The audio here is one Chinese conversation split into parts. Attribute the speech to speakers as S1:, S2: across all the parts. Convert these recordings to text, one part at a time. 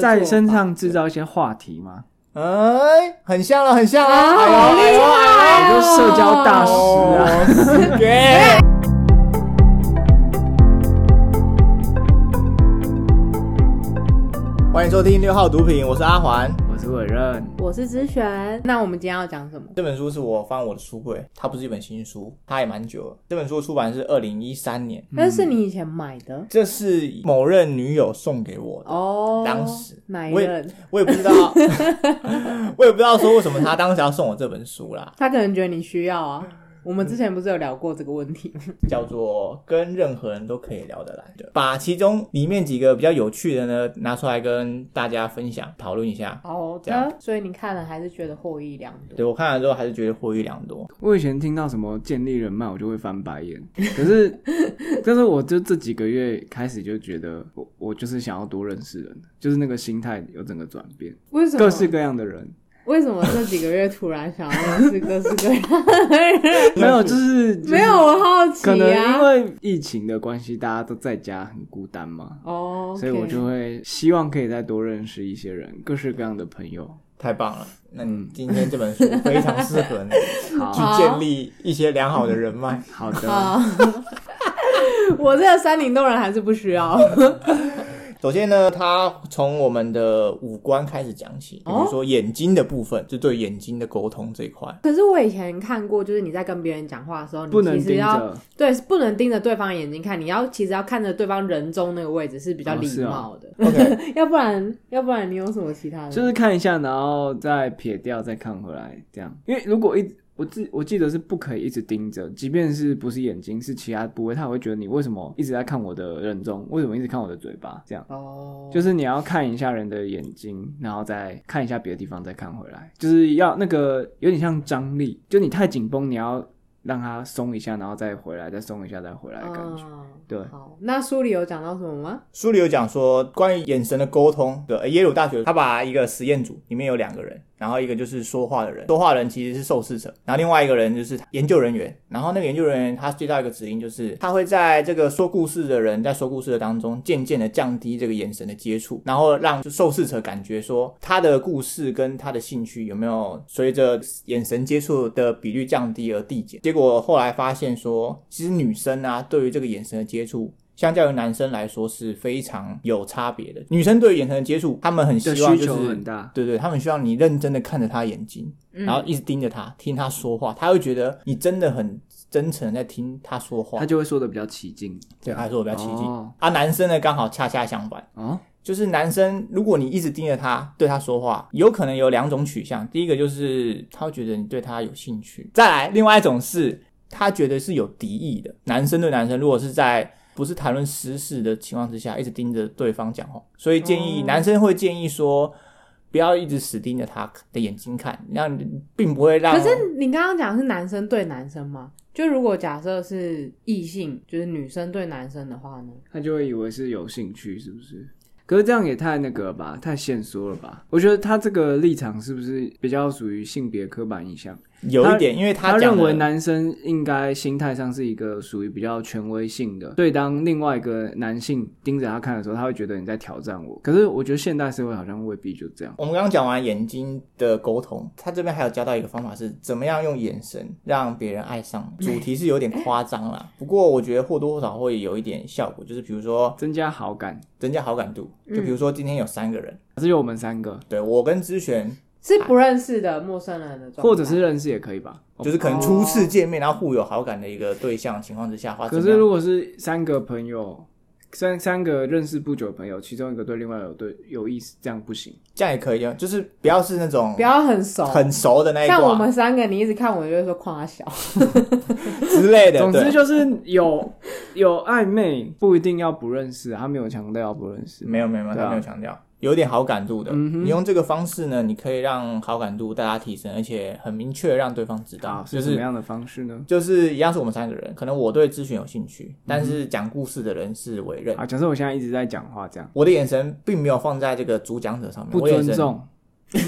S1: 在身上制造一些话题吗？
S2: 哎，很像了，很像了，
S3: 啊
S2: 哎呦
S3: 好厉
S2: 哎呦哎
S3: 害哦
S2: 呦
S1: 我就社交大师啊！
S2: 哦，是给。欢迎收听六号毒品，我是阿环。
S1: 我是伟任，
S3: 我是之璇，那我们今天要讲什么？
S2: 这本书是我放我的书柜，它不是一本新书，它也蛮久了。这本书出版是二零一三年，
S3: 那是你以前买的
S2: 这是某任女友送给我的。
S3: 哦。
S2: 当时
S3: 哪一
S2: 我也
S3: 任？
S2: 我也不知道， 我也不知道说为什么她当时要送我这本书啦，
S3: 他可能觉得你需要啊。我们之前不是有聊过这个问题吗？
S2: 叫做跟任何人都可以聊得来的，把其中里面几个比较有趣的呢拿出来跟大家分享讨论一下。
S3: 好
S2: 这样
S3: 的，嗯所以你看了还是觉得获益良多。
S2: 对我看了之后还是觉得获益良多，
S1: 我以前听到什么建立人脉，我就会翻白眼。可是，但是我就这几个月开始就觉得我，我就是想要多认识人，就是那个心态有整个转变，
S3: 为什么？
S1: 各式各样的人。
S3: 为什么这几个月突然想要认识各式各样？
S1: 没有，就是
S3: 没有，，我好
S1: 就是
S3: 奇
S1: 可能因
S3: 啊。
S1: 为疫情的关系，大家都在家很孤单嘛，
S3: 哦，
S1: 所以我就会希望可以再多认识一些人，各式各样的朋友。
S2: 太棒了！那你今天这本书非常适合你
S1: 好
S2: 去建立一些良好的人脉。
S1: 好的，
S3: 啊。 我这个山林动人还是不需要。
S2: 首先呢，它从我们的五官开始讲起，比如说眼睛的部分，就对眼睛的沟通这一块。
S3: 可是我以前看过，就是你在跟别人讲话的时候，
S1: 不
S3: 你
S1: 能
S3: 其实
S1: 盯
S3: 要
S1: 着。
S3: 对，不能盯着对方眼睛看，你要其实要看着对方人中那个位置是比较
S1: 哦
S3: 礼
S1: 是哦
S3: 貌的，
S2: OK，
S3: 要不然要不然你有什么其他的？
S1: 就是看一下，然后再撇掉，再看回来，这样。因为如果一直我记我记得是不可以一直盯着，即便是不是眼睛是其他部位，他也会觉得你为什么一直在看我的人中，为什么一直看我的嘴巴，这样。
S3: 哦，
S1: 就是你要看一下人的眼睛，然后再看一下别的地方，再看回来，就是要那个有点像张力，就你太紧绷，你要让它松一下，然后再回来，再松一下，再回来的感觉。
S3: 嗯
S1: 对
S3: 好，那书里有讲到什么吗？
S2: 书里有讲说关于眼神的沟通的，呃耶鲁大学他把一个实验组里面有两个人，然后一个就是说话的人，说话人其实是受试者，然后另外一个人就是研究人员，然后那个研究人员他接到一个指令，就是他会在这个说故事的人在说故事的当中，渐渐的降低这个眼神的接触，然后让受试者感觉说他的故事跟他的兴趣有没有随着眼神接触的比率降低而递减。结果后来发现说，其实女生啊对于这个眼神的接触相较于男生来说是非常有差别的。女生对于眼神的接触，她们很
S1: 的
S2: 希望
S1: 需
S2: 就
S1: 求
S2: 是
S1: 很，大，
S2: 对对，她们希望你认真的看着她眼睛，
S3: 嗯
S2: 然后一直盯着她，听她说话，她会觉得你真的很真诚地在听她说话
S1: 他。就会说的比较起劲。
S2: 对，她说我比较起劲。
S1: 哦
S2: 啊，男生呢刚好恰恰相反。
S1: 哦，
S2: 就是男生，如果你一直盯着他，对他说话，有可能有两种取向。第一个就是他会觉得你对他有兴趣，再来另外一种是他觉得是有敌意的。男生对男生，如果是在不是谈论私事的情况之下，一直盯着对方讲话，所以建议、
S3: 哦
S2: 男生会建议说，不要一直死盯着他的眼睛看，让并不会让。
S3: 可是你刚刚讲的是男生对男生吗？就如果假设是异性，就是女生对男生的话呢？
S1: 他就会以为是有兴趣，是不是？可是这样也太那个了吧，太限缩了吧？我觉得他这个立场是不是比较属于性别刻板印象？
S2: 有一点，因为
S1: 他
S2: 讲
S1: 认
S2: 的
S1: 为男生应该心态上是一个属于比较权威性的，所以当另外一个男性盯着他看的时候，他会觉得你在挑战我。可是我觉得现代社会好像未必就这样。
S2: 我们刚刚讲完眼睛的沟通，他这边还有教到一个方法是怎么样用眼神让别人爱上你。主题是有点夸张啦，不过我觉得或多或少会有一点效果，就是比如说
S1: 增加好感，
S2: 增加好感度。就比如说今天有三个人，
S1: 只有我们三个，
S2: 对我跟知璇，
S3: 是不认识的陌生人的状态，
S1: 啊或者是认识也可以吧。
S2: 就是可能初次见面，然后互有好感的一个对象情况之下，话
S1: 可是如果是三个朋友，三三个认识不久的朋友，其中一个对另外有对有意思，这样不行。
S2: 这样也可以啊，就是不要是那种
S3: 不要很熟，
S2: 很熟的那一
S3: 像我
S2: 挂
S3: 们三个，你一直看我就会说夸小，
S2: 之类的。
S1: 总
S2: 对
S1: 之就是有有暧昧，不一定要不认识啊，他没有强调要不认识。
S2: 没有没有没有，
S1: 对啊
S2: 他没有强调，有点好感度的。
S1: 嗯哼
S2: 你用这个方式呢，你可以让好感度大大提升，而且很明确让对方知道
S1: 好，，
S2: 就是
S1: 啊什么
S2: 是。
S1: 样的方式呢？
S2: 就是一样是我们三个人，可能我对咨询有兴趣，但是讲故事的人是委任。
S1: 啊，假设我现在一直在讲话，这样
S2: 我的眼神并没有放在这个主讲者上面，
S1: 不
S2: 嗯我眼
S1: 尊
S2: 神，
S1: 重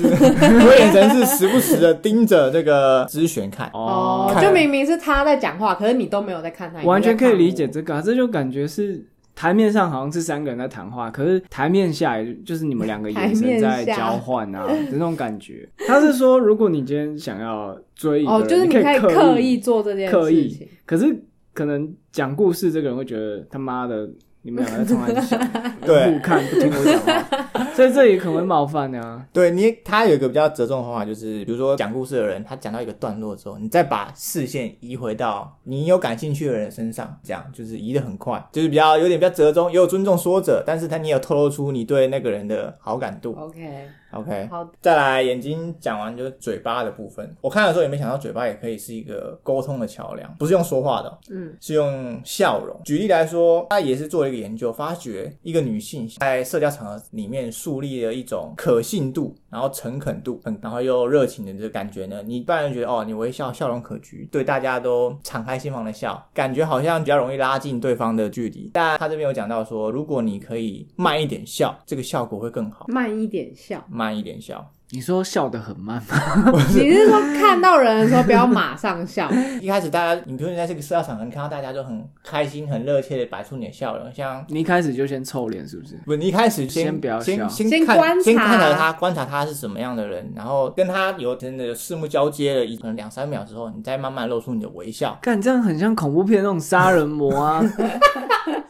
S2: 我眼神是时不时的盯着这个咨询看。
S3: 哦，
S2: 看
S3: 就明明是他在讲话，可是你都没有在看他，
S1: 完全可以理
S3: 你
S1: 解
S3: 都
S1: 这个、啊，这就感觉是台面上好像是三个人在谈话，可是台面下也就是你们两个眼神在交换啊，的那种感觉。他是说，如果你今天想要追一个人，
S3: 哦，就是
S1: 你
S3: 可以
S1: 以
S3: 刻
S1: 刻
S3: 意做这件
S1: 刻
S3: 事
S1: 意
S3: 情，
S1: 可是可能讲故事这个人会觉得他妈的，你们两个在冲他笑，
S2: 对
S1: 不看不听我讲话， 所以这里可能会冒犯的啊。
S2: 对你，他有一个比较折中的方法，就是比如说讲故事的人，他讲到一个段落之后，你再把视线移回到你有感兴趣的人身上，这样就是移得很快，就是比较有点比较折中，也有尊重说者，但是他你也有透露出你对那个人的好感度。
S3: OK，
S2: OK，
S3: 好，
S2: 再来眼睛讲完就是嘴巴的部分，我看的时候也没想到嘴巴也可以是一个沟通的桥梁，不是用说话的哦、
S3: 嗯，
S2: 是用笑容。举例来说，他也是做了一个研究，发觉一个女性在社交场合里面树立了一种可信度，然后诚恳度，嗯，然后又热情的这个感觉呢，你一般人觉得哦，你微笑笑容可掬，对大家都敞开心房的笑，感觉好像比较容易拉近对方的距离。但他这边有讲到说，如果你可以慢一点笑，这个效果会更好。
S3: 慢一点笑。
S2: 慢一点笑，
S1: 你说笑得很慢吗？
S3: 你是说看到人的时候不要马上笑？
S2: 一开始大家，你比如你在这个社交场合，你看到大家就很开心、很热切的摆出你的笑容，像
S1: 你一开始就先臭脸是不是？
S2: 不，你一开始
S1: 先不要
S2: 先
S1: 笑
S2: 先
S3: 先
S2: 看
S3: 观察
S2: 先看到他，观察他是什么样的人，然后跟他有真的有四目交接了一可能两三秒之后，你再慢慢露出你的微笑。
S1: 看这样很像恐怖片那种杀人魔 啊，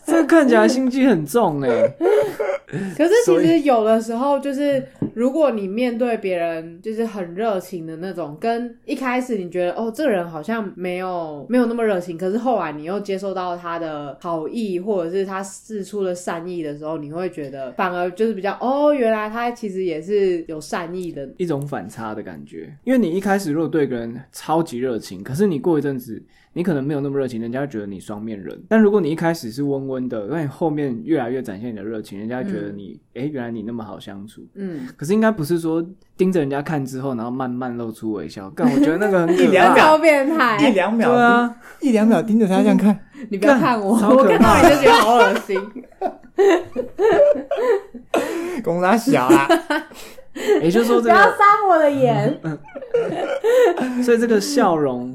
S1: 这看起来心机很重哎、
S3: 可是其
S1: 所
S3: 实
S1: 以
S3: 有的时候就是，如果你面对别人就是很热情的那种，跟一开始你觉得哦这个人好像没有没有那么热情，可是后来你又接受到他的好意或者是他示出的善意的时候，你会觉得反而就是比较哦，原来他其实也是有善意的。
S1: 一种反差的感觉。因为你一开始如果对一个人超级热情，可是你过一阵子，你可能没有那么热情，人家会觉得你双面人。但如果你一开始是温温的，那你后面越来越展现你的热情，人家会觉得你，诶，原来你那么好相处。
S3: 嗯，
S1: 可是应该不是说盯着人家看之后，然后慢慢露出微笑。但我觉得那个 很
S2: 一
S1: 可
S2: 两
S1: 怕。
S2: 秒
S3: 超变
S2: 一
S3: 态，
S2: 两秒，
S1: 对啊，
S2: 一两秒盯着他这样看，
S3: 你不要看我，
S1: 干超可
S3: 我看到
S1: 怕
S3: 你就觉得好恶 心。
S2: 公他小啊，
S1: 也就是说
S3: 不
S1: 这
S3: 要
S1: 个，
S3: 伤我的眼，
S1: 所以这个笑容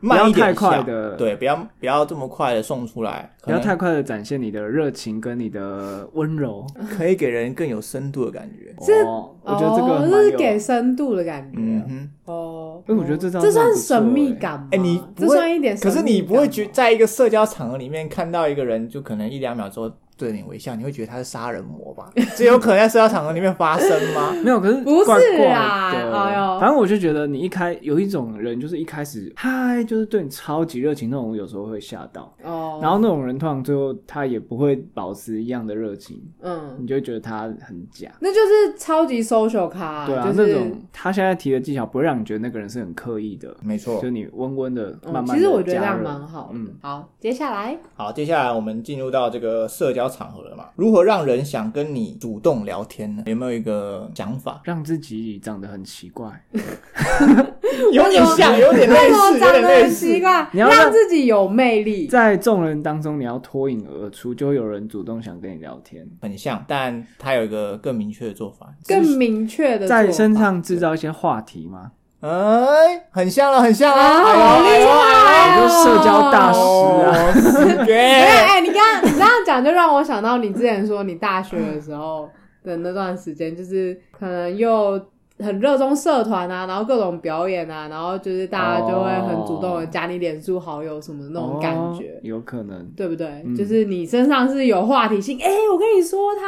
S2: 慢一点
S1: 太快
S2: 笑
S1: 的
S2: 对，不要不要这么快的送出来，
S1: 不
S2: 可
S1: 要
S2: 能
S1: 太快的展现你的热情跟你的温柔。
S2: 可以给人更有深度的感觉。
S3: 这
S1: 哦，我觉得这个
S3: 哦
S1: 蛮
S3: 这是
S1: 有
S3: 给深度的感
S1: 啊
S3: 觉。啊
S2: 嗯哼，
S3: 哦，
S1: 哎我觉得这招
S3: 这
S1: 真的
S3: 算
S1: 不错
S3: 神秘
S1: 哎
S3: 感吗？
S2: 哎你
S3: 这
S2: 不会
S3: 算一点神
S2: 可
S3: 秘感吗，
S2: 是你不会觉在一个社交场合里面看到一个人，就可能一两秒之后对你微笑，你会觉得他是杀人魔吧？这有可能在社交场合里面发生吗？
S1: 没有，可是
S3: 不是
S1: 怪怪
S3: 啊
S1: 的
S3: 哎呦
S1: 反正我就觉得你一开有一种人，就是一开始嗨，就是对你超级热情那种，有时候会吓到。
S3: 哦，
S1: 然后那种人通常最后他也不会保持一样的热情，
S3: 嗯，
S1: 你就会觉得他很假。
S3: 那就是超级 social 咖、啊
S1: 对啊，
S3: 就是
S1: 那种他现在提的技巧不会让你觉得那个人是很刻意的，
S2: 没错
S1: 就你温温的
S3: 嗯
S1: 慢慢地
S3: 其实我觉得这
S1: 加
S3: 样
S1: 热
S3: 蛮好的。
S1: 嗯，
S3: 好，接下来
S2: 好，接下来我们进入到这个社交场合了嘛？如何让人想跟你主动聊天呢？有没有一个想 法？
S1: 让自己长得很奇怪。
S2: 有点 像，有点
S3: 为
S2: 类
S3: 什
S2: 似，
S3: 么长
S2: 有点
S3: 得
S2: 类
S3: 很
S2: 似
S3: 奇。怪，
S1: 你要
S3: 让
S1: 让
S3: 自己有魅力？
S1: 在众人当中，你要脱颖而出，就会有人主动想跟你聊天，
S2: 很像，但他有一个更明确的做法。
S3: 更明确的
S1: 在
S3: 做
S1: 身上制造一些话题嘛。
S2: 哎，很像了，很像了，哎
S3: 啊，好
S1: 哎
S3: 厉害、哦！
S1: 你就社交大师
S2: 哦，是
S3: 哎、
S2: 给。
S3: 哎你刚刚你这样讲，就让我想到你之前说你大学的时候的那段时间，就是可能又很热衷社团啊，然后各种表演啊，然后就是大家就会很主动的加你脸书好友什么的那种感觉。
S1: 哦有可能。
S3: 对不对？
S1: 嗯
S3: 就是你身上是有话题性。哎、我跟你说，他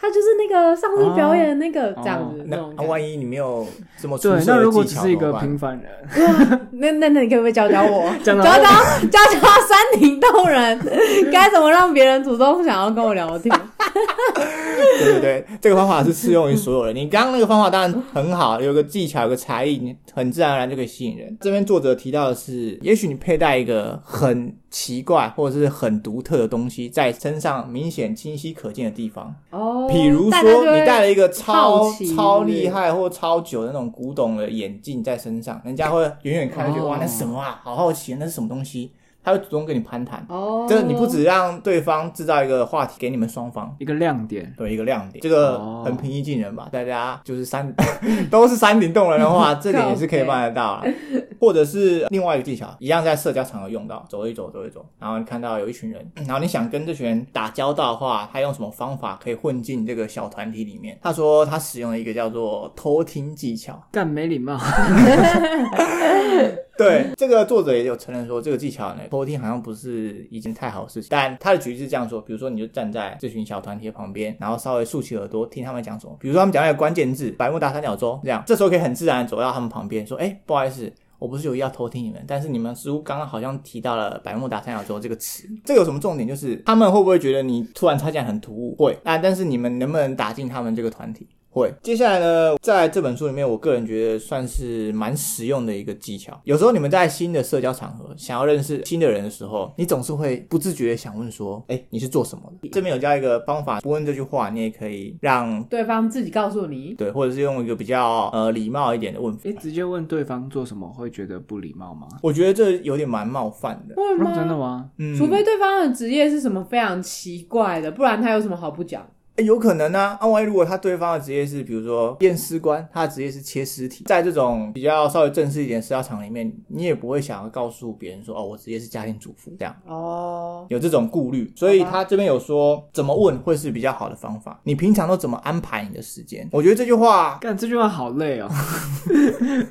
S3: 他就是那个上次表演的那个、
S1: 哦
S3: 这样子那
S2: 那
S3: 种
S2: 那
S3: 感觉。
S2: 万一你没有这么出
S1: 对，
S2: 色
S1: 那如
S2: 的
S1: 果
S2: 技
S1: 只
S2: 巧
S1: 是一
S2: 怎
S1: 个
S2: 么办？
S1: 平凡人，
S3: 那那那你可不可以教教我？
S1: 讲
S3: 教
S1: 到
S3: 教教教山顶洞人 该怎么让别人主动想要跟我聊天？
S2: 对对对，这个方法是适用于所有人。你刚刚那个方法当然很好，有个技巧，有个才艺，你很自然而然就可以吸引人。这边作者提到的是，也许你佩戴一个很奇怪或者是很独特的东西在身上，明显清晰可见的地方，
S3: 哦，
S2: 比如
S3: 大家就
S2: 说
S3: 会
S2: 你戴了一个超
S3: 好奇
S2: 超厉害或超久的那种古董的眼镜在身上，人家会远远看就觉得、
S1: 哦
S2: 哇，那是什么啊？好好奇，那是什么东西？他会主动跟你攀谈。
S3: 哦，
S2: 这你不只让对方制造一个话题给你们双方，
S1: 一个亮点，
S2: 有一个亮点，这个
S1: 哦
S2: 很平易 近人吧？大家就是山都是山顶洞人的话，这点也是可以办得到啦。或者是另外一个技巧，一样在社交场合用到，走一走，走一走，然后你看到有一群人， 然后你想跟这群人打交道的话，他用什么方法可以混进这个小团体里面？他说他使用了一个叫做偷听技巧。
S1: 干没礼貌，
S2: 对，这个作者也有承认说，这个技巧呢，偷听好像不是一件太好的事情。但他的举例是这样说，比如说你就站在这群小团体的旁边，然后稍微竖起耳朵听他们讲什么。比如说他们讲一个关键字“百慕达三角洲”这样，这时候可以很自然地走到他们旁边说：“哎，不好意思。”我不是有意要偷听你们，但是你们似乎刚刚好像提到了“百慕达三角洲”这个词，这个有什么重点？就是他们会不会觉得你突然插进来很突兀？会啊，但是你们能不能打进他们这个团体？会。接下来呢，在这本书里面，我个人觉得算是蛮实用的一个技巧。有时候你们在新的社交场合想要认识新的人的时候，你总是会不自觉地想问说：“哎，你是做什么的？”这边有教一个方法，不问这句话，你也可以让
S3: 对方自己告诉你，
S2: 对，或者是用一个比较呃礼貌一点的问法。
S1: 诶，直接问对方做什么会觉得不礼貌吗？
S2: 我觉得这有点蛮冒犯的。
S3: 会吗？
S1: 啊真的吗？
S2: 嗯，
S3: 除非对方的职业是什么非常奇怪的，不然他有什么好不讲？
S2: 欸有可能啊，啊，万一如果他对方的职业是，比如说验尸官，他的职业是切尸体，在这种比较稍微正式一点的社交场里面，你也不会想要告诉别人说，哦，我职业是家庭主妇这样。
S3: 哦，
S2: 有这种顾虑，所
S3: 好
S2: 以
S3: 吧
S2: 他这边有说怎么问会是比较好的方法。你平常都怎么安排你的时间？我觉得这 句话
S1: 干这句话好累哦，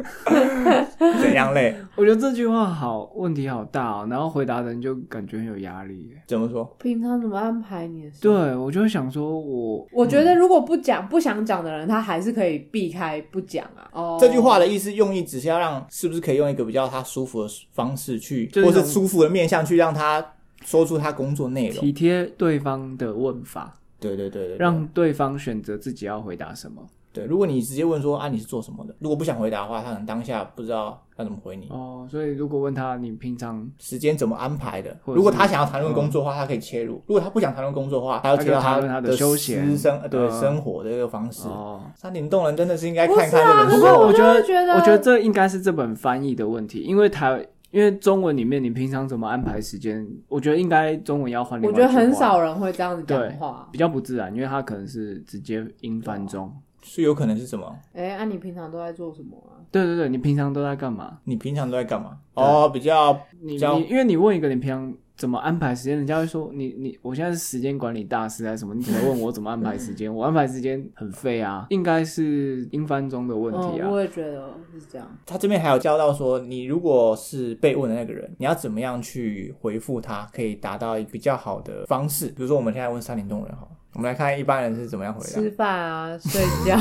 S2: 怎样嘞？
S1: 我觉得这句话好问题好大哦，然后回答的人就感觉很有压力耶。
S2: 怎么说？
S3: 平常怎么安排你的事？，
S1: 对，我就会想说我
S3: 我觉得如果不讲、不想讲的人，他还是可以避开不讲啊。哦，
S2: 这句话的意思用意只是要让，是不是可以用一个比较他舒服的方式去，
S1: 就是
S2: 或
S1: 那种
S2: 是舒服的面向去让他说出他工作内容。
S1: 体贴对方的问法，
S2: 对对对对对，
S1: 让对方选择自己要回答什么。
S2: 对，如果你直接问说啊你是做什么的，如果不想回答的话，他可能当下不知道要怎么回你。
S1: 哦，所以如果问他你平常
S2: 时间怎么安排的？
S1: 或者是嗯
S2: 如果他想要谈论工作的话，他可以切入；如果他不想谈论工作的话，他要切到
S1: 他就谈论他的
S2: 的
S1: 休闲
S2: 私生呃对
S1: 嗯
S2: 生活的这个方式。
S1: 哦，
S2: 山顶洞人真的是应该看
S3: 不是
S2: 看
S3: 啊
S2: 这本
S1: 不
S2: 书。
S1: 过
S3: 我
S1: 我觉
S3: 就
S1: 得
S3: 会觉得
S1: 我觉得这应该是这本翻译的问题，因为台因为中文里面你平常怎么安排时间，我觉得应该中文要换另
S3: 我
S1: 外
S3: 觉
S1: 一句
S3: 得
S1: 话。
S3: 很少人会这样子
S1: 对
S3: 讲话。
S1: 比较不自然，因为他可能是直接英翻中。
S2: 是有可能是什么？
S3: 哎，那、你平常都在做什么啊？
S1: 对对对，你平常都在干嘛？
S2: 你平常都在干嘛？
S1: 对
S2: 哦，比较
S1: 你
S2: 教
S1: 你因为你问一个你平常怎么安排时间，人家会说你你我现在是时间管理大师还是什么？你怎么问我怎么安排时
S3: 嗯
S1: 间？我安排时间很废啊，应该是英翻中的问题啊。
S3: 嗯，我也觉得是这样。
S2: 他这边还有教到说，你如果是被问的那个人，你要怎么样去回复他，可以达到一个比较好的方式。比如说我们现在问山顶洞人好了，我们来看一般人是怎么样回答。
S3: 吃饭啊，睡 觉，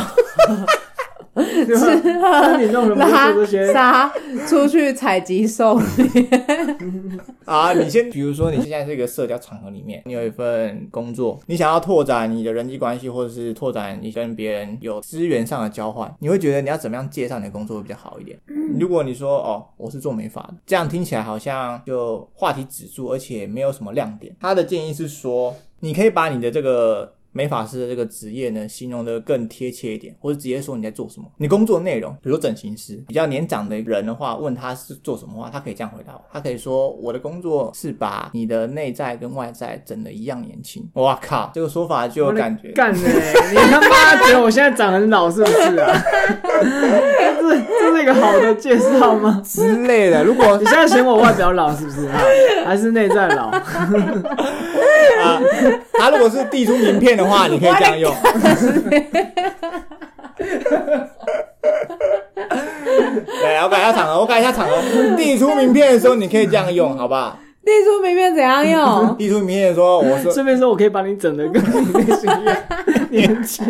S1: 对吧
S3: 啊
S1: 那 你弄什么
S3: 拉
S1: 就做这些？
S3: 撒，出去采集 狩猎。
S2: 啊，你先，比如说你现在这个社交场合里面，你有一份工作，你想要拓展你的人际关系，或者是拓展你跟别人有资源上的交换，你会觉得你要怎么样介绍你的工作会比较好一点？如果你说哦，我是做美发的，这样听起来好像就话题止住，而且没有什么亮点。他的建议是说，你可以把你的这个美发师的这个职业呢，形容的更贴切一点，或者直接说你在做什么，你工作内容，比如说整形师，比较年长的人的话，问他是做什么的话，他可以这样回答我，他可以说我的工作是把你的内在跟外在整的一样年轻。哇靠，这个说法就有感觉。
S1: 干嘞！你他妈觉得我现在长很老是不是啊？ 这是这是一个好的介绍吗？
S2: 之类的，如果
S1: 你现在嫌我外表老是不是啊？还是内在 老？
S2: 啊，他如果是递出名片的话，你可以这样用。对，我改一下场合，我改一下场合。递出名片的时候，你可以这样用，好不好？
S3: 那出名片怎样用？
S2: 递出名片的时候，我说
S1: 顺便说，我可以把你整的跟你内心一样年轻。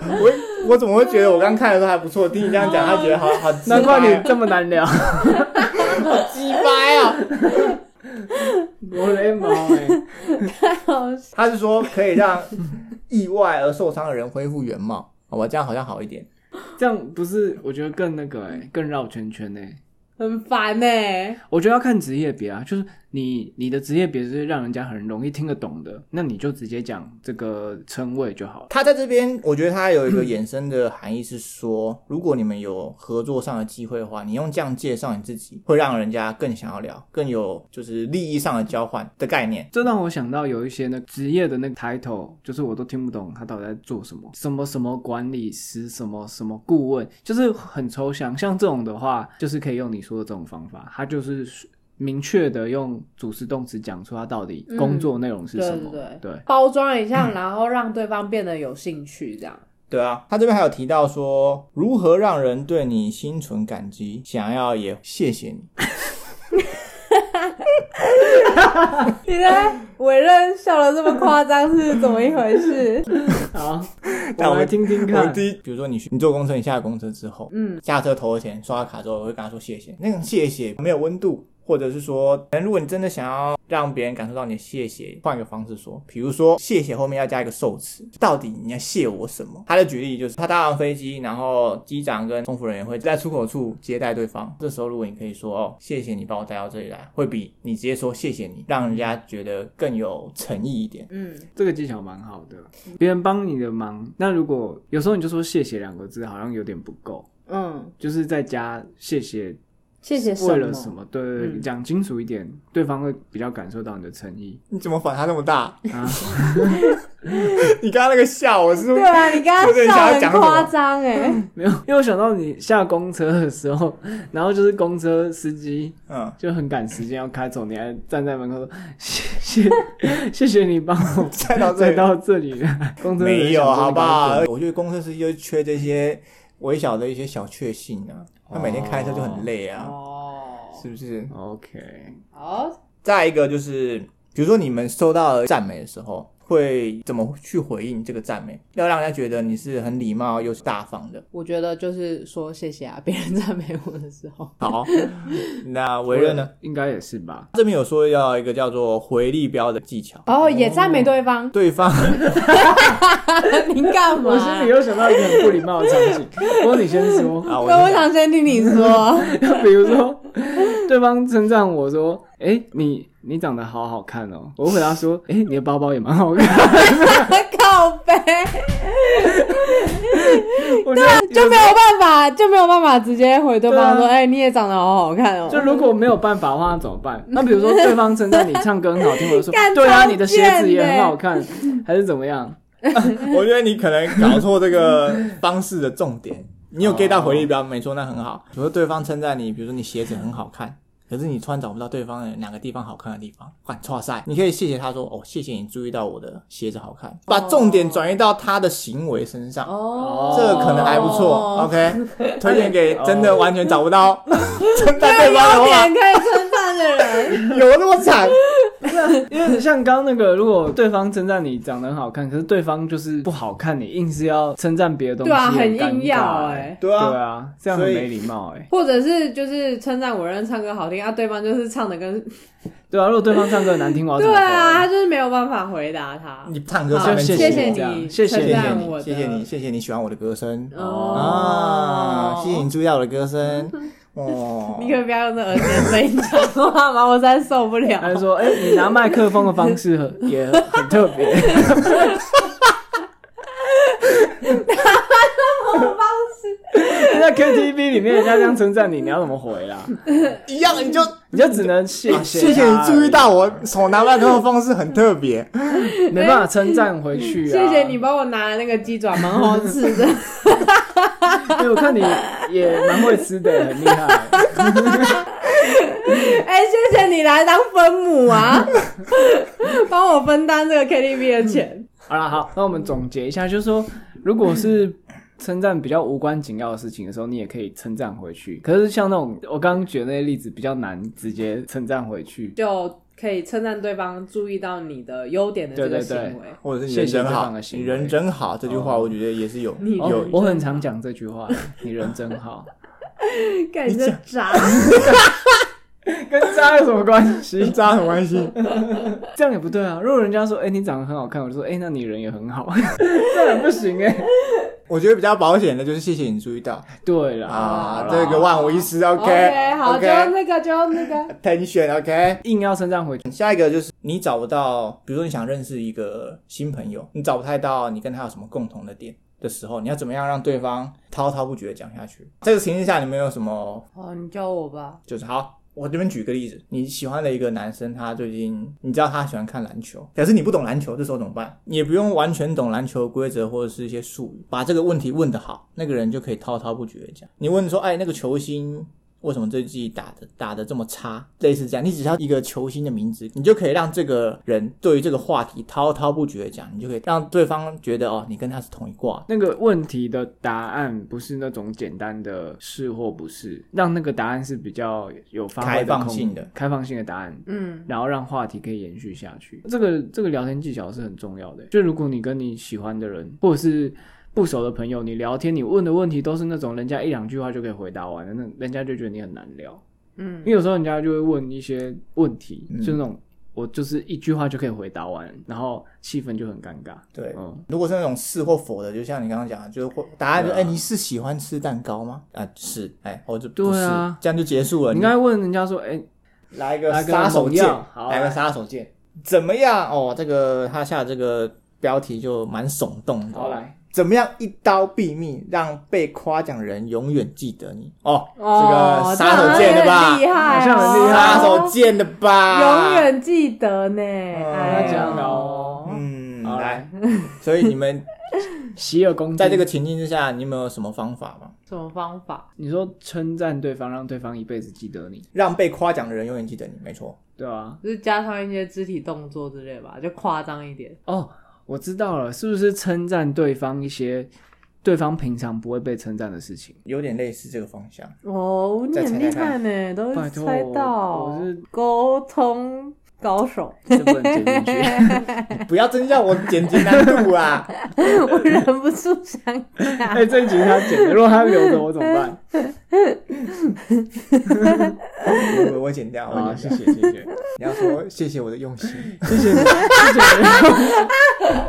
S2: 我我怎么会觉得我刚看的时候还不错？听你这样讲，他觉得好好鸡
S1: 难怪
S2: 掰
S1: 你这么难聊，
S2: 啊鸡掰啊！
S1: 我的毛哎、
S3: 好笑
S2: 他是说可以让意外而受伤的人恢复原貌，好吧？这样好像好一点。
S1: 欸这样不是我觉得更那个哎、更绕圈圈哎、
S3: 很烦呢、欸
S1: 我觉得要看职业别啊，就是你你的职业别是让人家很容易听得懂的，那你就直接讲这个称谓就好了。
S2: 他在这边，我觉得他有一个衍生的含义是说，如果你们有合作上的机会的话，你用这样介绍你自己，会让人家更想要聊，更有就是利益上的交换的概念。
S1: 这让我想到有一些那个职业的那个 title，就是我都听不懂他到底在做什么，什么什么管理师，什么什么顾问，就是很抽象。像这种的话，就是可以用你说的这种方法，他就是明确的用主词动词讲出他到底工作内容是什
S3: 嗯
S1: 么。
S3: 对
S1: 对
S3: 包装一下，然后让对方变得有兴趣，这样。
S2: 对啊，他这边还有提到说，如何让人对你心存感激，想要也谢谢你。
S3: 你在委任笑的这么夸张是怎么一回事？
S1: 好，
S2: 那
S1: 我
S2: 我
S1: 们来听听
S2: 我
S1: 看。
S2: 第一，比如说你去你坐公车，你下公车之后，
S3: 嗯，
S2: 下车投了钱，刷了卡之后，我会跟他说谢谢。那种谢谢没有温度，或者是说，可能如果你真的想要让别人感受到你的谢谢，换个方式说，比如说谢谢后面要加一个受词，到底你要谢我什么？他的举例就是，他搭完飞机，然后机长跟空服人员会在出口处接待对方。这时候，如果你可以说哦，谢谢你把我带到这里来，会比你直接说谢谢你，让人家觉得更有诚意一点。
S3: 嗯，
S1: 这个技巧蛮好的，别人帮你的忙，那如果有时候你就说谢谢两个字，好像有点不够，
S3: 嗯，
S1: 就是再加谢谢
S3: 谢谢
S1: 为了什？么？对对对，
S3: 嗯
S1: 讲清楚一点，对方会比较感受到你的诚 意
S2: 你怎么反差那么大？
S1: 啊。
S2: 你刚刚那个笑，我是
S3: 对啊，你刚
S2: 我有点
S3: 刚
S2: 想要
S3: 笑
S2: 讲
S3: 很
S2: 什么
S3: 夸张哎，
S1: 没有，因为我想到你下公车的时候， 然后就是公车司机
S2: 嗯。
S1: 就很赶时间要开走，你还站在门口说 谢谢 谢谢你帮我
S2: 再到这
S1: 再
S2: 里，
S1: 到这里 来。公车司机
S2: 没有，
S1: 想说
S2: 好
S1: 你
S2: 不
S1: 帮我
S2: 好
S1: 做？
S2: 我觉得公车司机就缺这些微小的一些小确幸啊，他每天开车就很累啊，
S3: 哦，
S2: 是不是？
S1: ？OK，
S3: 好，
S2: 再一个就是，比如说你们收到赞美的时候，会怎么去回应这个赞美？要让人家觉得你是很礼貌又是大方的。
S3: 我觉得就是说谢谢啊，别人赞美我的时候，
S2: 好， 那维任呢？？
S1: 应该也是吧。
S2: 这边有说要一个叫做回力标的技巧，
S3: 哦，也赞美对方，
S2: 对方啊
S3: 你干嘛？
S1: 我心里又想到一个很不礼貌的场景，不过你先说，
S2: 啊，我
S3: 那我
S2: 是想
S3: 想先听你说，
S1: 比如说对方称赞我说：“哎、你你长得好好看哦。”我回答说：“哎、你的包包也蛮好看。”
S3: 靠背，
S1: 我觉得
S3: 啊就没有办法，就没有办法直接回对方说，
S1: 对啊
S3: 哎、你也长得好好看哦。
S1: 就如果没有办法的话，怎么 办？那比如说对方称赞你唱歌很好听，我就说
S3: 干
S1: 对啊，
S3: 超
S1: 你的鞋子也
S3: 贱
S1: 很
S3: 的
S1: 好看， 还是怎么 样？
S2: 我觉得你可能搞错这个方式的重点。你有 get 到回力标，没错，那很好。比如说对方称赞你，比如说你鞋子很好看，可是你突然找不到对方的哪个地方好看的地方，换错赛，你可以谢谢他说哦，谢谢你注意到我的鞋子好看，把重点转移到他的行为身上。
S3: 哦，
S2: 这个可能还不错、o k 推荐给真的完全找不 到称赞
S3: 对
S2: 对方
S3: 方
S2: 的话，
S3: 点可以称赞的人，
S2: 有那么惨？
S1: 因为像刚刚那个，如果对方称赞你长得很好看，可是对方就是不好看，你硬是要称赞别的东西，
S3: 对啊，
S1: 很
S3: 硬要哎、
S1: 哎、
S2: 对
S1: 对
S2: 啊，
S1: 啊，这样很没礼貌哎、
S3: 或者是就是称赞我认唱歌好听，啊，对方就是唱的跟
S2: 哦
S1: 对啊，如果对方唱歌很难听，我要怎
S3: 对
S1: 么
S3: 啊，他
S1: 办？
S3: 就是没有办法回答他。
S2: 你唱歌
S3: 好
S2: 上面
S1: 谢
S3: 谢
S1: 谢
S2: 谢
S1: 这样
S3: 你，
S1: 谢谢哦
S2: 谢
S3: 称
S2: 谢
S3: 赞我
S2: 你，
S3: 的
S2: 谢谢你，谢谢你喜欢我的歌声。啊
S3: 哦，，
S2: 谢谢你注意到我的歌声。哦，
S3: 你可以不要用这耳机的声音讲话吗？我实在受不了。
S1: 还是说，哎、你拿麦克风的方式很也很特 别，在 KTV 里面人家这样称赞你，你要怎么回啦？
S2: 一样，你就
S1: 你就只能谢
S2: 啊
S1: 谢、
S2: 谢谢你注意到，我手拿麦克风是很特别。
S1: 没办法称赞回去、啊。
S3: 谢谢你，帮我拿那个鸡爪，蛮好吃 的。
S1: 因为我看你也蛮会吃的，很厉害。
S3: 哎、谢谢你来当分母啊，帮我分担这个 KTV 的钱。
S1: 好了，好，那我们总结一下，就是说，如果是称赞比较无关紧要的事情的时候，你也可以称赞回去。可是像那种我刚刚举的那些例子，比较难直接称赞回去。
S3: 就可以称赞对方注意到你的优点的这
S1: 对
S3: 个
S1: 对
S3: 行
S1: 对
S3: 为。
S2: 或者是你
S1: 谢
S2: 人
S1: 谢
S2: 真
S1: 对
S2: 好
S1: 方的，行
S2: 你
S1: 为
S2: 人真好这句话，我觉得也是有
S3: 你
S1: 哦
S2: 有，
S1: 我很常讲这句话，你人真好，
S3: 感觉渣，
S1: 跟渣有什么关
S2: 跟
S1: 系？
S2: 渣有关系？
S1: 这样也不对啊！如果人家说，哎、你长得很好看，我就说，哎、那你人也很好， 这样也不行哎、
S2: 我觉得比较保险的就是谢谢你注意到
S1: 对啦，
S2: 啊
S1: 好，啦
S2: 这个万无一失。
S3: OK，好，就
S2: OK，
S3: 那个，就那个。
S2: attention OK。
S1: 硬要称赞回去，
S2: 下一个就是你找不到，比如说你想认识一个新朋友，你找不太到你跟他有什么共同的点的时候，你要怎么样让对方滔滔不绝地讲下去？这个情境下，你们有什么
S3: 哦，你教我吧。
S2: 就是好，我这边举个例子，你喜欢的一个男生，他最近你知道他喜欢看篮球，可是你不懂篮球，这时候怎么办？你也不用完全懂篮球的规则或者是一些术语，把这个问题问得好，那个人就可以滔滔不绝地讲。你问说，哎，那个球星。为什么这季打的打的这么差？类似这样，你只要一个球星的名字，你就可以让这个人对于这个话题滔滔不绝地讲，你就可以让对方觉得哦，你跟他是同一挂的。
S1: 那个问题的答案不是那种简单的是或不是，让那个答案是比较有发挥的
S2: 开放
S1: 空
S2: 性的
S1: 开放性的答案。
S3: 嗯，
S1: 然后让话题可以延续下去，这个这个聊天技巧是很重要的。就如果你跟你喜欢的人或者是不熟的朋友，你聊天，你问的问题都是那种人家一两句话就可以回答完的，那人家就觉得你很难聊。
S3: 嗯
S1: 因为有时候人家就会问一些问题，
S2: 嗯
S1: 就那种我就是一句话就可以回答完，然后气氛就很尴尬。
S2: 对
S1: 嗯，
S2: 如果是那种是或否的，就像你刚刚讲的，就是或答案就
S1: 对
S2: 哎、
S1: 啊
S2: 你是喜欢吃蛋糕吗？啊，是，哎、我就
S1: 对
S2: 不是，
S1: 啊
S2: 这样就结束了。
S1: 你应该问人家说，哎、
S2: 你来一个
S1: 来个
S2: 杀手锏
S1: 猛药，好啊
S2: 来个
S1: 来
S2: 杀手锏，怎么样？哦，这个他下的这个标题就蛮耸动的。
S1: 好来，
S2: 怎么样一刀毙命，让被夸奖人永远记得你？哦，
S3: 哦，
S2: 这个杀手锏的
S3: 这好像
S2: 吧
S3: 很厉害哦，
S1: 好像很厉害
S2: 杀手锏啊的吧？
S3: 永。远记得呢。哎呦
S1: 这样的哦
S2: 嗯，
S1: 好
S2: 来，所以你们
S1: 洗耳恭听。
S2: 在这个情境之下，你们有什么方法吗？
S3: 什么方法？
S1: 你说称赞对方，让对方一辈子记得你，
S2: 让被夸奖的人永远记得你，没错。
S1: 对啊。
S3: 就是加上一些肢体动作之类吧，就夸张一点。
S1: 哦，我知道了，是不是称赞对方一些对方平常不会被称赞的事情？
S2: 有点类似这个方向。
S3: 哦，你
S2: 再
S3: 很
S2: 猜猜
S3: 厉害呢，都
S1: 拜托
S3: 猜到。
S1: 我是
S3: 沟通高手，
S1: 这不能剪进去。
S2: 不要增加我剪辑难度啊！
S3: 我忍不住想讲
S1: 哎、。这一集他剪的，如果他留着我怎么 办？
S2: 我我我剪掉，
S1: 啊，
S2: 我
S1: 谢
S2: 剪掉。
S1: 谢谢谢，
S2: 你要说谢谢我的用心，
S1: 谢谢你，谢谢你。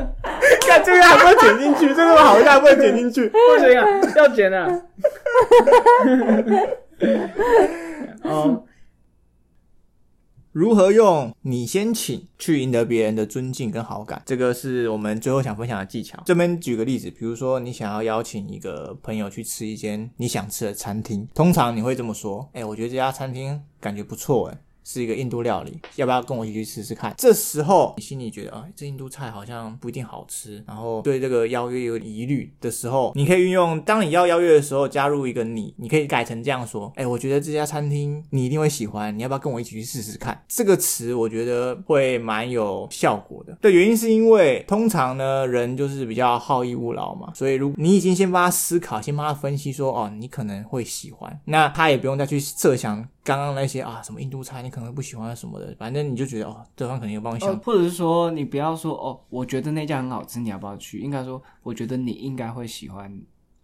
S2: 看这个还不会剪进去，这个好像不会剪进去。
S1: 不行啊，要剪 啊。哦，
S2: 如何用你先请去赢得别人的尊敬跟好感，这个是我们最后想分享的技巧。这边举个例子，比如说你想要邀请一个朋友去吃一间你想吃的餐厅，通常你会这么说：“哎、我觉得这家餐厅感觉不错，哎，是一个印度料理，要不要跟我一起去吃吃看？”这时候你心里觉得，哎、这印度菜好像不一定好吃，然后对这个邀约有疑虑的时候，你可以运用，当你要邀约的时候，加入一个你，你可以改成这样说：“哎、我觉得这家餐厅你一定会喜欢，你要不要跟我一起去试试看？”这个词我觉得会蛮有效果的。对，原因是因为通常呢，人就是比较好逸恶劳嘛，所以如你已经先帮他思考，先帮他分析说，哦，你可能会喜欢，那他也不用再去设想。刚刚那些啊，什么印度菜你可能不喜欢什么的，反正你就觉得哦，对方可能有帮你想
S1: 或者是说，你不要说哦，我觉得那家很好吃，你要不要去？应该说，我觉得你应该会喜欢，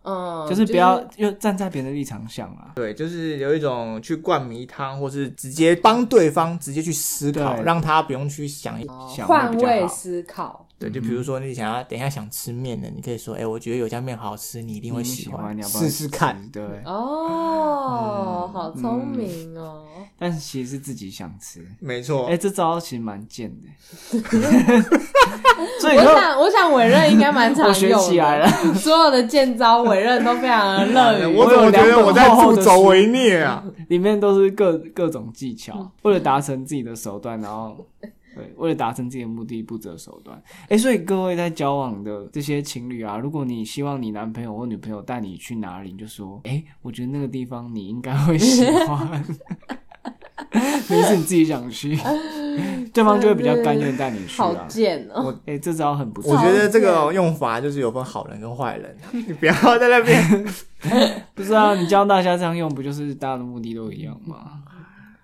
S3: 嗯，
S1: 哦就是不要又站在别人的立场想啊。
S2: 对，就是有一种去灌迷汤，或是直接帮对方直接去思考，
S1: 对
S2: 让他不用去想。
S3: 哦
S1: 想会
S3: 换
S1: 比较
S3: 位
S1: 好
S3: 思考。
S2: 对，就比
S1: 嗯
S2: 如说你想要等一下想吃面的，你可以说，哎、我觉得有家面好吃，你一定会
S1: 嗯你
S2: 喜
S1: 喜欢，你要不要
S2: 试试看。，嗯
S1: 对。
S3: 哦，好聪
S1: 嗯
S3: 明哦。
S1: 但是其实是自己想吃。
S2: 没错
S1: 哎、这招其实蛮贱 的。所以
S3: 我
S1: 以后
S3: 想，我想委任应该 蛮常
S1: 我学
S3: 用的，
S1: 起来了
S3: 所有的剑招委任都非常的
S2: 哎
S3: 乐于。
S1: 我有两本厚厚的书
S2: 为虐 啊？
S1: 里面都是各各种技巧，为了达成自己的手段，然后对，为了达成自己的目的不择手段。哎、所以各位在交往的这些情侣啊，如果你希望你男朋友或女朋友带你去哪里，你就说，哎、我觉得那个地方你应该会喜欢。 没事，你自己想去，对方就会比较甘愿带你去
S3: 好
S1: 啊。
S3: 贱哦！
S1: 哎、这招很不错。
S2: 我觉得这个用法就是有分好人跟坏人，啊你不要在那 边。
S1: 不是啊，你教大家这样用，不就是大家的目的都一样吗？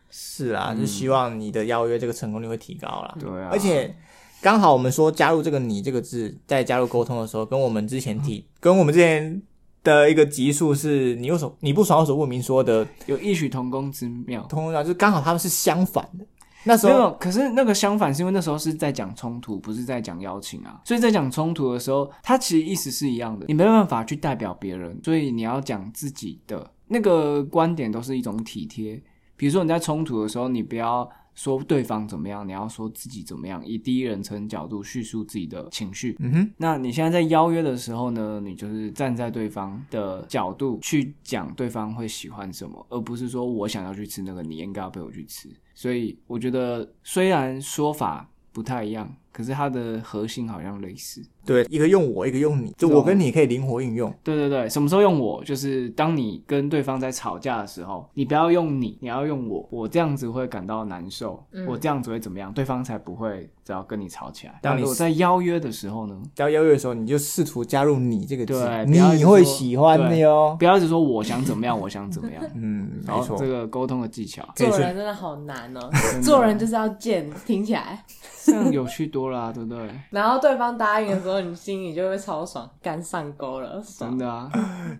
S2: 是啊，就希望你的邀约这个成功率会提高啦。
S1: 对啊，
S2: 而且刚
S1: 嗯
S2: 好我们说加入这个“你”这个字，在加入沟通的时候，跟我们之前提，跟我们之前的一个集数是你右手你不爽右手不明说的
S1: 有异曲同工之妙。
S2: 通通啊，就是刚好他们是相反的。那时
S1: 没
S2: 候
S1: 有，可是那个相反是因为那时候是在讲冲突，不是在讲邀请啊。所以在讲冲突的时候，它其实意思是一样的，你没办法去代表别人，所以你要讲自己的那个观点，都是一种体贴。比如说你在冲突的时候，你不要说对方怎么样，你要说自己怎么样，以第一人称角度叙述自己的情绪。
S2: 嗯哼，
S1: 那你现在在邀约的时候呢，你就是站在对方的角度去讲对方会喜欢什么，而不是说我想要去吃那个，你应该要陪我去吃。所以我觉得虽然说法不太一样，可是它的核心好像类似。
S2: 对，一个用我，一个用你，就
S1: 哦
S2: 我跟你可以灵活运用。
S1: 对对对，什么时候用我？就是当你跟对方在吵架的时候，你不要用你，你要用我。我这样子会感到难受，
S3: 嗯
S1: 我这样子会怎么样？对方才不会只要跟你吵起来。
S2: 当
S1: 但
S2: 你
S1: 是我在邀约的时候呢，
S2: 到邀约的时候，你就试图加入“你”这个字
S1: 对，不要一直
S2: 你会喜欢的哟。
S1: 不要一直说我想怎么样，我想怎么样。
S2: 嗯，
S1: 然
S2: 没
S1: 后
S2: 错
S1: 这， 个沟通的技巧，
S2: 可以
S4: 做
S2: 去
S4: 人真的好难 哦，做人就是要贱，听起来。
S1: 这样有趣多了啊、 对不对？
S4: 然后对方答应的时候，你心里就会超爽，干上钩了，
S1: 真
S4: 爽。
S1: 的啊，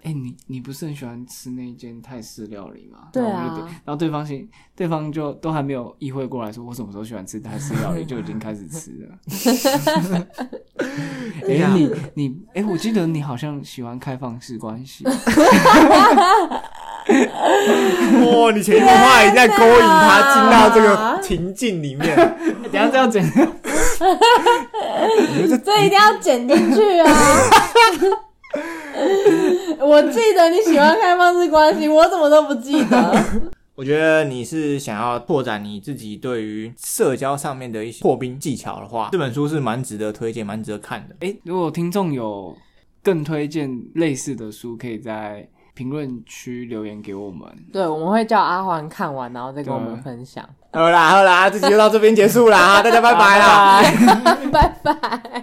S1: 哎、你你不是很喜欢吃那间泰式料理吗？
S4: 对
S1: 然后我
S4: 啊
S1: 们就点，然后对方先，对方就都还没有意会过来，说我什么时候喜欢吃泰式料理，就已经开始吃了。哎、你你哎、我记得你好像喜欢开放式关系，
S2: 哇，哦啊你潜移默化已经在勾引他进到这个情境里面。
S1: 等一下这样讲，
S4: 这一定要剪进去 啊！ 我记得你喜欢开放式关系，我怎么都不记得。
S2: 我觉得你是想要拓展你自己对于社交上面的一些破冰技巧的话，这本书是蛮值得推荐、蛮值得看的。
S1: 哎、如果听众有更推荐类似的书，可以在评论区留言给我们。
S4: 对，我们会叫阿环看完，然后再跟我们
S1: 对
S4: 分享。
S2: 好啦好啦，这集就到这边结束啦，大家拜拜啦。
S4: 拜拜。